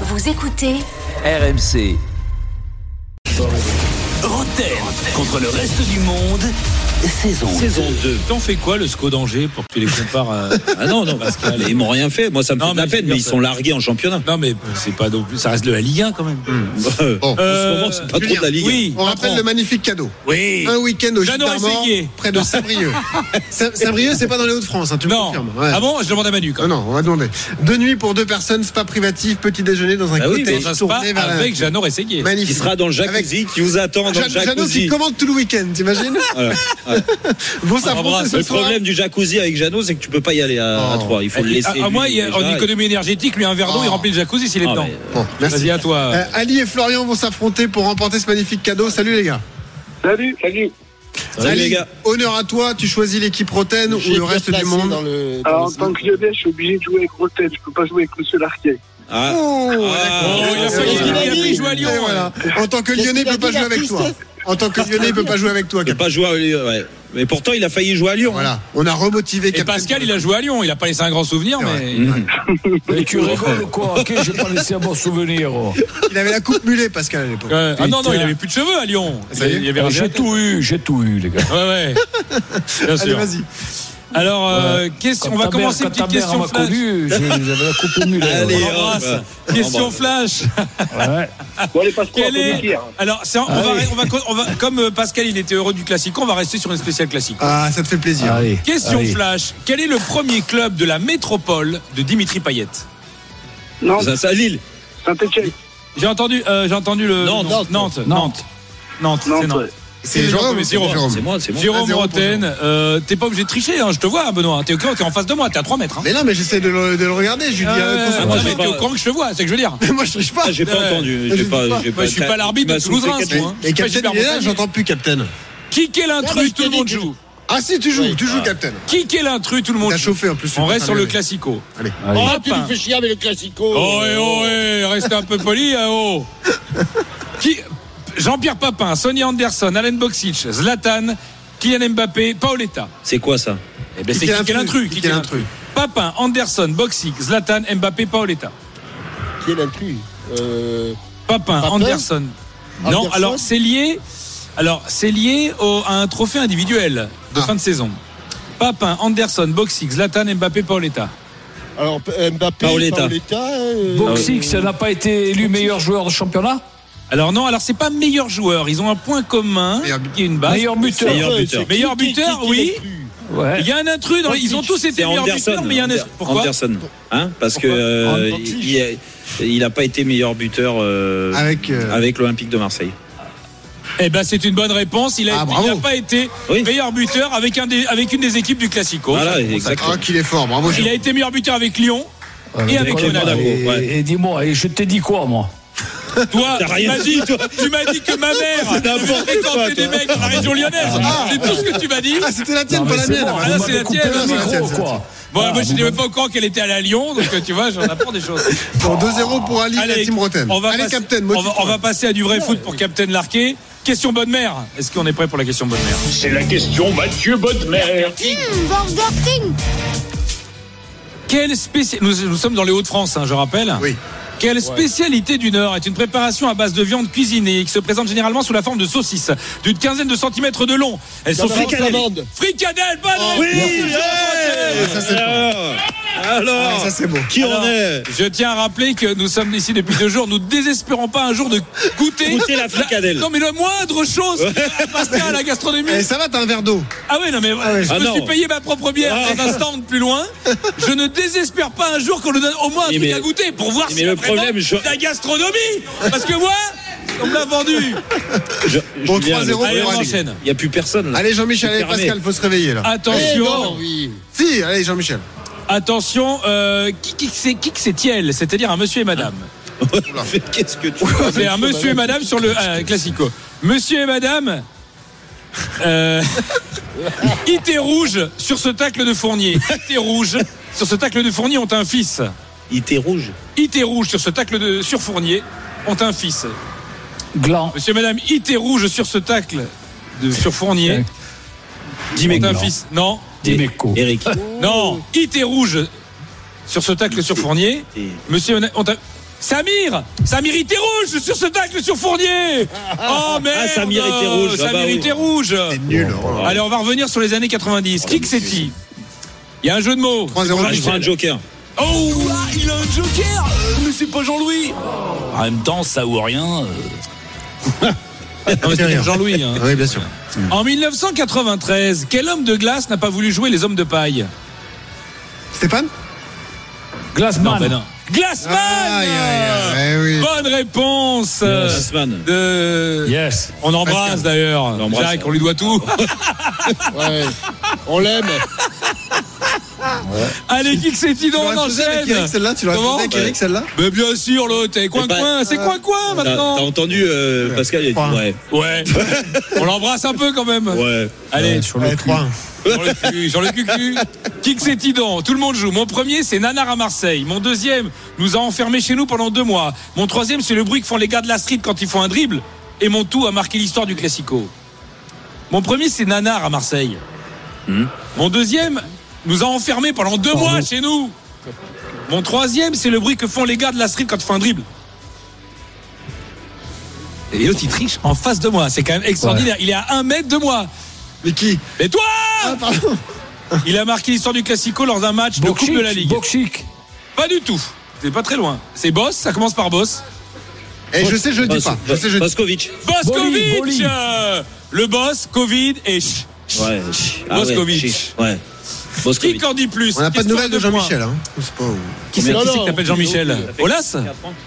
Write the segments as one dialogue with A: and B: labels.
A: Vous écoutez
B: RMC. Rotten contre le reste du monde. Saison.
C: Saison 2. T'en fais quoi le SCO d'Angers pour que tu les compares à.
D: Ah non, non,
C: Pascal.
D: ils m'ont rien fait. Moi, ça me
C: Non,
D: fait de la
C: mais
D: peine,
C: je veux
D: mais ils
C: dire,
D: sont largués en championnat. Mmh.
C: Non mais c'est pas non plus. Ça reste de la Ligue 1 quand même.
D: en
C: Euh,
D: ce moment, c'est pas trop
E: Julien,
D: de la Ligue.
C: Oui.
E: On rappelle le magnifique cadeau.
C: Oui.
E: Un week-end au Gilles
C: Jeannot
E: d'Armor,
C: Essayé.
E: près de Saint-Brieuc. Saint- Saint-Brieuc, c'est pas dans les Hauts-de-France, hein, tu me
C: Non.
E: confirmes. Ouais.
C: Ah bon Je demande à Manu quand
E: Ah
C: même.
E: non, on va demander. Deux nuits pour deux personnes, spa privatif, petit déjeuner dans un
D: Ah oui, mais
E: côté
C: Bah Dans un spa
E: tourné vers la
C: avec Jeannot Rességuier.
E: Magnifique.
D: Qui sera dans le jacuzzi, qui vous attend dans
E: Jean-
D: le
E: Jeannot qui
D: jacuzzi.
E: commande tout le week-end, t'imagines
D: Voilà.
E: Vous
C: embrasse.
E: s'affronter ce
D: Le
E: soir.
D: problème du jacuzzi avec Jeannot, c'est que tu peux pas y aller à, à
E: Oh.
D: 3. Il faut le
C: Ah,
D: laisser.
C: ah,
D: lui,
C: moi, il y a-
D: déjà,
C: en
D: et-
C: économie énergétique, lui, un verre d'eau,
E: Oh.
C: il remplit le jacuzzi s'il est
D: Ah,
C: dedans.
D: mais-
E: Bon, merci.
C: Vas-y, à toi.
E: Euh, Ali et Florian vont s'affronter pour remporter ce magnifique cadeau. Salut les gars.
F: Salut, salut.
D: Salut,
E: Ali,
D: les gars.
E: honneur à toi, tu choisis l'équipe Roten ou le reste du monde.
F: Alors, en tant que Lyonnais, je suis obligé de jouer avec Rotel. Je peux pas jouer avec Monsieur Larquet.
D: Ah,
E: Oh,
D: Ah,
E: d'accord.
C: oh, il a failli-
E: Et voilà.
C: il a failli jouer à Lyon,
E: Et voilà. En tant que Lyonnais, il peut pas jouer avec toi. En tant que Lyonnais, il peut pas jouer avec toi.
D: il peut
E: Capitaine.
D: pas jouer à Lyon. ouais. Mais pourtant, il a failli jouer à Lyon.
E: Voilà, on a remotivé
C: Et Pascal, il a joué à Lyon. Il a pas laissé un grand souvenir,
E: C'est
C: mais. Oh,
G: Mais tu rigoles ou quoi Ok, j'ai pas laissé un bon souvenir.
E: Il avait la coupe mulet, Pascal, à l'époque.
C: Ouais. Ah non, non,
G: Putain.
C: il avait plus de cheveux à Lyon.
E: Ça y est.
C: Il y avait
G: Oh,
C: rasé la
G: J'ai
C: tête.
G: tout eu, j'ai tout eu, les gars.
C: Ouais, ouais. Bien
E: Allez,
C: sûr.
E: vas-y.
C: Alors, euh, question-
G: Quand
C: on va
G: ta
C: commencer
G: mère-
C: une
G: quand
C: petite
G: ta
C: question
G: mère m'a
C: flash.
G: connu, j'ai- j'avais la coupe au mulet.
D: Allez,
C: On
D: hop,
C: l'embrasse.
D: bah,
C: Question
D: embrasse.
C: flash.
G: Ouais.
F: Bon, allez, passe quoi,
C: Quel est-
F: dire.
C: Alors, c'est- on,
G: Ah
C: va,
G: oui.
C: on, va, on va- comme euh, Pascal, il était heureux du classique, on va rester sur une spéciale classique.
E: Ah, ça te fait plaisir.
G: Allez,
C: Question
G: allez.
C: flash. Quel est le premier club de la métropole de Dimitri Payet
F: Non,
D: Ça, ça, Lille.
F: Saint-Etienne.
C: J'ai entendu, euh, j'ai entendu le
D: Nantes.
C: Nantes, Nantes, Nantes,
G: Nantes.
C: Nantes,
F: Non,
C: c'est Nantes.
F: ouais.
E: C'est
C: Jérôme,
E: Jérôme.
C: c'est Jérôme.
D: C'est moi, c'est moi.
C: Jérôme
E: 1-0 pour
C: Roten, euh, t'es pas obligé de tricher, hein, je te vois, hein, Benoît. T'es au t'es en face de moi, t'es à 3 mètres. Hein.
E: Mais non, mais j'essaie de le, de le regarder, Julien.
C: Euh,
E: Concentre-toi.
C: ah,
D: moi,
C: non,
D: j'ai
C: mais t'es
D: pas-
C: au courant que je te vois, c'est que je veux dire.
E: Mais moi, je triche pas.
D: Ah, j'ai pas
C: Ouais.
D: entendu.
E: Je
D: J'ai
E: sais
D: pas,
E: pas.
D: j'ai
C: Moi, je suis
D: t'as-
C: pas l'arbitre
D: tu m'as
C: de Toulouse
D: soufflé
C: Reims,
D: quatre
C: moi, hein.
E: Et
C: Je suis pas
E: Captain,
C: Gilbert
E: il est là,
C: Montagnier.
E: j'entends plus Captain.
C: Qui qu'est l'intrus, tout le monde joue.
E: Ah si, tu joues, tu joues Captain.
C: Qui qu'est l'intrus, tout le monde
E: T'as
C: joue.
E: chauffé en plus.
C: On reste sur le
E: classique.
C: classico.
E: Allez.
G: Allez.
C: Hop.
F: chier avec le Classico.
C: Ah Oh, eh, oh, eh, restez un peu poli, hein, oh. Qui Jean-Pierre Papin, Sonny Anderson, Alain Boxic, Zlatan, Kylian Mbappé, Paoletta.
D: C'est quoi ça
C: Eh ben, c'est
E: Qui
C: qui
E: qu'est
C: qu'est
E: l'intrus
C: l'intrus
E: Qui
C: Qui
E: qu'est
C: qu'est
E: l'intrus
C: Papin, Anderson, Boxic, Zlatan, Mbappé, Paoletta.
H: qui est l'intrus euh,
C: Papin,
H: Papin
C: Anderson. Non,
H: Anderson
C: alors c'est lié. Alors c'est lié au- à un trophée individuel de
E: Ah.
C: fin de saison. Papin, Anderson, Boxic, Zlatan, Mbappé, Paoletta.
H: Alors P- Mbappé,
D: Paoletta.
H: Paoletta, euh,
G: Boxic, ça n'a pas été élu meilleur joueur de championnat
C: Alors non, alors c'est pas meilleur joueur. Ils ont un point commun
E: Meilleur
C: qui est une base.
G: Meilleur buteur.
D: Meilleur
H: c'est-
D: buteur.
H: c'est-
C: Meilleur
H: qui- qui-
C: buteur,
H: qui- qui
C: oui.
H: est l'intrus
G: Ouais.
C: Il y a un intrus. Dans... Ils ont tous été
D: Euh, C'est
C: meilleurs
D: Anderson.
C: buteurs, mais il y a un intrus. Pourquoi
D: Anderson. Hein Parce que euh,
H: Pourquoi Anderson
D: il, est- il a pas été meilleur buteur euh,
E: Avec, euh,
D: avec l'Olympique de Marseille.
C: Eh ben c'est une bonne réponse. Il a,
E: Ah,
C: été-
E: bravo.
C: il a pas été
D: Oui.
C: meilleur buteur avec un des- avec une des équipes du Classico.
D: Voilà,
C: Ça,
D: exactement.
E: Ah, qu'il est fort, bravo.
C: Il
E: Jérôme.
C: a été meilleur buteur avec Lyon.
G: Ah,
C: Et avec
G: Voilà.
C: Monaco,
G: Et,
D: ouais.
G: et dis-moi, et je t'ai dit quoi, moi
C: Toi,
D: T'as
C: tu
D: rien
C: m'as dit,
D: dit,
C: tu m'as dit que ma mère
D: n'importe
C: avait
D: quoi,
C: fréquenté
D: toi.
C: des mecs dans la région lyonnaise.
E: Ah.
C: C'est tout ce que tu m'as dit.
E: Ah, c'était la tienne,
G: Non,
E: pas
G: mais
E: la
G: c'est
E: mienne.
G: bon,
E: ah,
C: là,
E: bah,
G: vous
C: c'est la
G: m'avez coupé
C: tienne, hein.
E: c'est
G: le
E: la tienne,
G: micro,
E: c'est la
G: quoi.
C: Bon, moi,
G: Ah,
C: je
G: vous
C: n'étais même
G: m'avez-
C: pas au courant qu'elle était allée à Lyon, donc euh, tu vois, j'en apprends des choses.
E: Bon, 2-0 pour Ali et la
C: Allez,
E: team Roten.
C: on va,
E: Allez,
C: passer,
E: Captain,
C: on, va,
E: motive-toi.
C: on va passer à du vrai foot pour Captain Larquet. Question bonne mère. Est-ce qu'on est prêt pour la question bonne mère
I: C'est la question Mathieu Bodmer.
C: Quelle spéci- nous, nous sommes dans les Hauts-de-France, hein, je rappelle.
E: Oui.
C: Quelle spécialité du Nord est une préparation à base de viande cuisinée qui se présente généralement sous la forme de saucisses d'une quinzaine de centimètres de long. Elles sont
H: Camarade
C: souvent-
H: Flamande.
C: Fricadelle, bonne réponse, Jean Rotel.
E: Ça, c'est
D: Alors,
E: Ah,
D: alors
E: Ça, c'est beau.
D: qui
C: Alors,
D: en est
C: Je tiens à rappeler que nous sommes ici depuis deux jours. Nous ne désespérons pas un jour de goûter.
D: Goûter la fricadelle.
C: Non, mais la moindre chose. à Pascal, à la gastronomie.
E: Eh, ça va, t'as un verre d'eau.
C: Ah oui, non, mais je
D: Ah
C: me
D: non.
C: suis payé ma propre bière
D: Ah.
C: dans un stand plus loin. Je ne désespère pas un jour qu'on nous donne au moins un
D: Mais
C: truc
D: mais-
C: à goûter pour voir
D: mais
C: si
D: le
C: y a vraiment
D: problème, je-
C: de la gastronomie. Parce que moi, on me l'a vendu.
D: Je-
E: Bon,
D: Julien,
E: 3-0 pour
C: Allez, on
E: Ali.
C: enchaîne.
D: Il n'y a plus personne. Là.
E: Allez, Jean-Michel,
D: C'est
E: allez,
D: fermé.
E: Pascal, faut se réveiller, là.
C: Attention,
H: Oui.
E: Si, allez, Jean-Michel.
C: attention. euh, qui qui c'est qui que c'est-il C'est-à-dire un monsieur et madame.
D: Qu'est-ce que tu
C: C'est un Ah, monsieur et madame sur le ah, classico. Monsieur et madame. Euh, IT rouge sur ce tacle de Fournier. IT rouge sur ce tacle de Fournier ont un fils.
D: Il était rouge.
C: IT rouge sur ce tacle de sur Fournier ont un fils.
G: Gland.
C: Monsieur et madame IT rouge sur ce tacle de sur Fournier. ont un
G: non.
C: fils. Non.
G: Dimeco.
D: Eric. Ah,
C: Non. IT rouge sur ce tacle sur Fournier.
D: Et-
C: Monsieur et madame ont un- Samir Samir était rouge sur ce tacle sur Fournier Oh merde
D: Ah. Samir était rouge, ah bah
C: Samir
D: oui.
C: était rouge
E: C'est nul. oh là là.
C: Allez, on va revenir sur les années
D: Oh,
C: 90. Kick Seti. Il y a un jeu de mots.
E: 3-0
C: C'est pour
D: Je prends un joker.
C: Oh, il a un joker euh, Mais c'est pas Jean-Louis
B: En même temps, ça ou rien. euh,
C: Non, mais
E: fait
C: c'est
E: rire.
C: Jean-Louis. hein.
E: Oui, bien sûr.
C: En 1993, quel homme de glace n'a pas voulu jouer les hommes de paille
E: Stéphane
C: Non,
G: Glassman.
C: ben non. Glassman
E: Aïe, aïe, aïe. Eh oui.
C: Bonne réponse
D: Ah,
C: euh,
D: Glassman.
C: de...
G: Yes.
C: On embrasse d'ailleurs
D: On embrasse.
C: Jacques, on lui doit tout.
H: Ouais. On l'aime.
C: Allez, Kick Seti,
E: Tu
C: on
E: l'aurais posé avec Eric,
C: enchaîne
E: celle-là Tu l'aurais
C: Comment
E: posé avec Eric, celle-là
C: Mais bien sûr, l'autre, eh,
D: Eh ben,
C: coin-coin, c'est coin-coin
D: T'as t'as
C: maintenant
D: entendu euh, Pascal il a dit, Ouais.
C: Ouais, on l'embrasse un peu quand même.
D: Ouais.
C: Allez, sur
E: Allez, 3.
C: le cul, sur le cul-cul. Kick c'est Tidon, tout le monde joue. Mon premier, c'est Nanar à Marseille. Mon deuxième nous a enfermés chez nous pendant deux mois. Mon troisième, c'est le bruit que font les gars de la street quand ils font un dribble. Et mon tout a marqué l'histoire du Classico. Mon premier, c'est Nanar à Marseille.
E: Hmm.
C: Mon deuxième nous a enfermés pendant deux mois chez nous. Mon troisième, c'est le bruit que font les gars de la street quand ils font un dribble. Et l'autre, il triche en face de moi. C'est quand même extraordinaire. Il est à un mètre de moi.
E: Mais qui
C: Mais toi
E: Ah, pardon.
C: Il a marqué l'histoire du Classico lors d'un match de Coupe de la Ligue.
G: Boxic.
C: Pas du tout. C'est pas très loin. C'est Boss, ça commence par Boss.
E: Et je sais, je dis pas. Je sais, je dis
D: Boscovic.
C: Boss Euh,
G: Boli, Boli.
C: Le Boss, Covid et ch.
D: Ouais. Ah ouais,
C: Boscovic.
D: shit. Ouais.
C: Qui
D: Boscovic.
C: en dit plus
E: On n'a pas de
C: Question
E: nouvelles de
C: points.
E: Jean-Michel. Hein. Je sais pas où.
C: Qui c'est
D: Non,
C: qui c'est
D: non,
C: qui t'appelle Jean-Michel Olas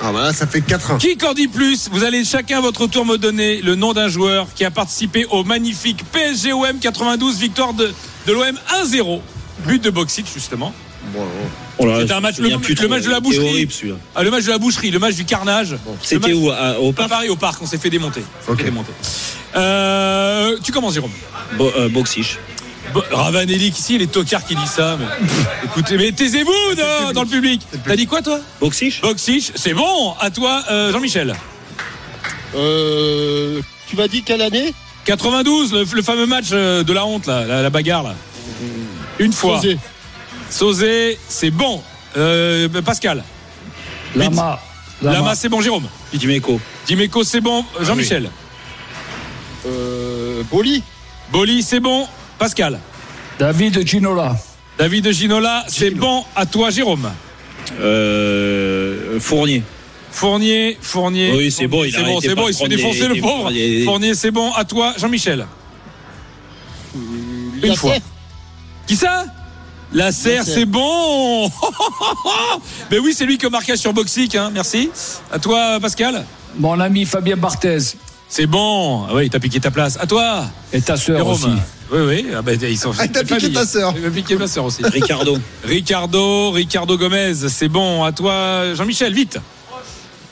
E: Ah, bah là, ça fait 4 ans.
C: Qui en dit plus Vous allez chacun à votre tour me donner le nom d'un joueur qui a participé au magnifique PSGOM 92, victoire de, de l'OM 1-0. But de Boxic, justement.
D: Oh là là,
C: C'était un
D: je
C: match-
D: me souviens
C: le-
D: plus
C: le
D: trop.
C: match de la
D: C'est
C: boucherie.
D: horrible, celui-là.
C: Ah, le match de la boucherie, le match du carnage. Le
D: C'était
C: match-
D: où à- Au
C: À
D: parc
C: Paris, au parc, on s'est fait démonter. On s'est
E: Ok.
C: fait démonter. Euh, tu commences, Jérôme.
D: Bo- euh, Boxic.
C: Bon, Ravanelli, ici, les tocards qui dit ça. Mais... Écoutez, mais taisez-vous dans, dans le public. T'as dit quoi, toi
D: Boxic
C: Boxic, c'est bon. À toi, euh, Jean-Michel.
H: Euh, tu m'as dit quelle année
C: 92, le, le fameux match euh, de la honte, là, la, la bagarre. Là. Une fois.
H: Posé.
C: Sauzé, c'est bon. Euh, Pascal.
G: Lama.
C: Lama, c'est bon, Jérôme.
D: Pidimeco.
C: Dimeco, c'est bon.
D: Ah
C: Jean-Michel.
H: Euh, Boli.
C: Boli, c'est bon. Pascal.
G: David Ginola.
C: David Ginola, c'est bon. À toi, Jérôme.
D: Euh, Fournier.
C: Fournier, Fournier.
D: Oui, c'est bon, il a
C: c'est bon,
D: arrêté
C: c'est
D: pas
C: bon,
D: de
C: il se fait
D: prendre des-
C: défoncer
D: des-
C: le pauvre.
D: des-
C: Fournier, c'est bon, à toi, Jean-Michel.
H: Yasser. Oh,
C: fois. Qui ça La serre,
H: Serre.
C: c'est bon Mais oui, c'est lui qui a marqué sur Boxic, hein, merci. À toi, Pascal.
G: Mon ami Fabien Barthez.
C: C'est bon. Ah oui, il t'a piqué ta place. À toi,
G: Et ta sœur
C: Jérôme.
G: aussi.
C: Oui, oui, ah bah, ils sont.
E: Ah, il t'a
C: c'est
E: piqué
C: famille.
E: ta sœur.
C: Il m'a piqué ma sœur aussi.
D: Ricardo.
C: Ricardo, Ricardo Gomez, c'est bon. À toi, Jean-Michel, vite.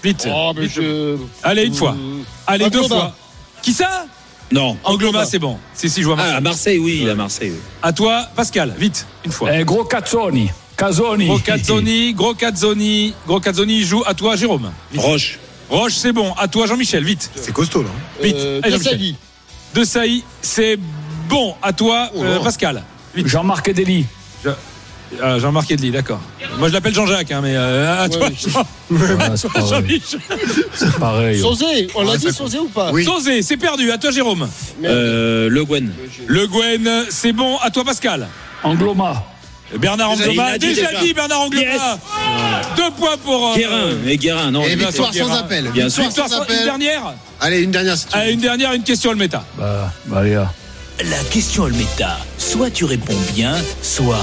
C: Vite.
H: Oh, mais je...
C: Allez, une fois.
H: Euh,
C: Allez, deux
H: Angloma.
C: fois. Qui ça
D: Non.
C: Angloma, c'est bon. Si, si, je vois
D: Ah,
C: Marseille.
D: à Marseille, oui, il est à Marseille. oui.
C: À toi, Pascal, vite, une fois.
G: Eh, gros Cazzoni. Cazzoni.
C: Gros Cazzoni, Gros Cazzoni, Gros Cazzoni il joue. À toi, Jérôme. Vite.
D: Roche.
C: Roche, c'est bon. À toi, Jean-Michel, vite.
E: C'est costaud, là.
C: Vite.
H: Euh,
C: Allez, Jean-Michel.
H: Kassali.
C: De Saï, c'est bon. À toi,
H: Oh
C: euh,
H: là.
C: Pascal. Vite.
G: Jean-Marc Edeli.
C: Ah, Jean-Marc Edli, d'accord. Moi, je l'appelle Jean-Jacques, hein, mais euh, à
H: Ouais,
C: toi,
H: oui.
C: Jean-
G: Ouais, c'est
E: Ah
G: pareil.
C: Jean-Michel.
G: C'est pareil.
H: Sauzé, on l'a dit Sauzé ou pas
E: Oui.
C: Sauzé, c'est perdu. À toi, Jérôme.
D: Euh, Le Guen.
C: Le Gwen, c'est bon. À toi, Pascal.
G: Angloma.
C: Bernard
E: Déjà, il
C: Angloma.
E: l'a dit,
C: Déjà
E: déjà.
C: dit, Bernard Angloma. Deux points pour. euh,
D: Guérin. Mais Guérin, non.
E: Et
D: il-
C: bien
E: victoire
C: sûr,
E: sans
C: Guérin.
E: appel.
D: Bien sûr.
E: Victoire
C: Victoire
E: sans
C: sans- une
E: appel.
C: dernière.
E: Allez, une dernière si tu veux.
C: Allez, une dernière, une question, le méta.
G: Bah, bah, les gars.
B: La question elle méta.
H: Eh
B: Soit tu réponds bien, soit.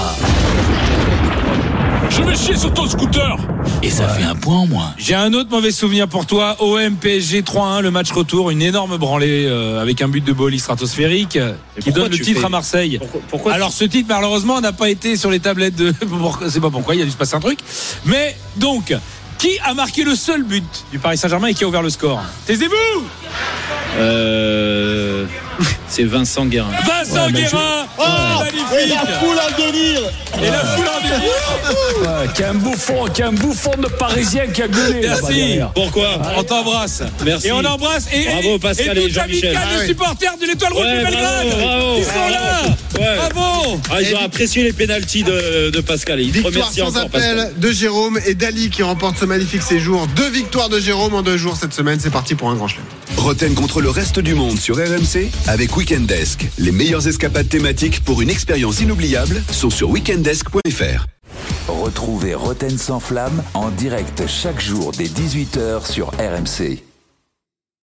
C: Je vais chier sur ton scooter.
B: Et ça fait un point en moins.
C: J'ai un autre mauvais souvenir pour toi. OM PSG 3-1, le match retour, une énorme branlée euh, avec un but de Boli stratosphérique euh,
D: Et
C: qui
D: pourquoi
C: donne le
D: tu
C: titre
D: fais-
C: à Marseille.
D: Pourquoi, pourquoi
C: Alors ce titre malheureusement n'a pas été sur les tablettes de Pourquoi- c'est pas pourquoi, il a dû se passer un truc. Mais donc qui a marqué le seul but du Paris Saint-Germain et qui a ouvert le score Taisez-vous
D: euh, euh, c'est Vincent Guérin.
C: Vincent Guérin
H: Oh Et la
C: Magnifique
H: foule en délire
C: Et la foule en délire.
G: Ouais, Qui a un bouffon, qui a un bouffon de Parisien qui a gueulé. là-bas
C: Merci
G: Oh, bah, derrière.
D: Pourquoi
C: On t'embrasse
D: Merci.
C: Et on embrasse et,
D: Bravo, Pascal
C: et
D: et
C: toute la
D: Jean-Michel.
C: bicane
E: Ah
C: des
E: oui.
C: supporters de l'Étoile Rouge
D: Ouais,
C: de Belgrade
D: bravo, bravo,
C: Ils sont là
D: Ouais.
C: Bravo
D: Ah, ils ont apprécié les pénalties de, de Pascal. Ils te
E: Victoire
D: remercient
E: sans
D: encore, Pascal.
E: appel de Jérôme et Dali qui remporte ce magnifique séjour. Deux victoires de Jérôme en deux jours cette semaine. C'est parti pour un grand chelem.
A: Roten contre le reste du monde sur RMC avec Weekendesk. Les meilleures escapades thématiques pour une expérience inoubliable sont sur weekendesk.fr.
J: Retrouvez Roten sans flamme en direct chaque jour dès 18h sur RMC.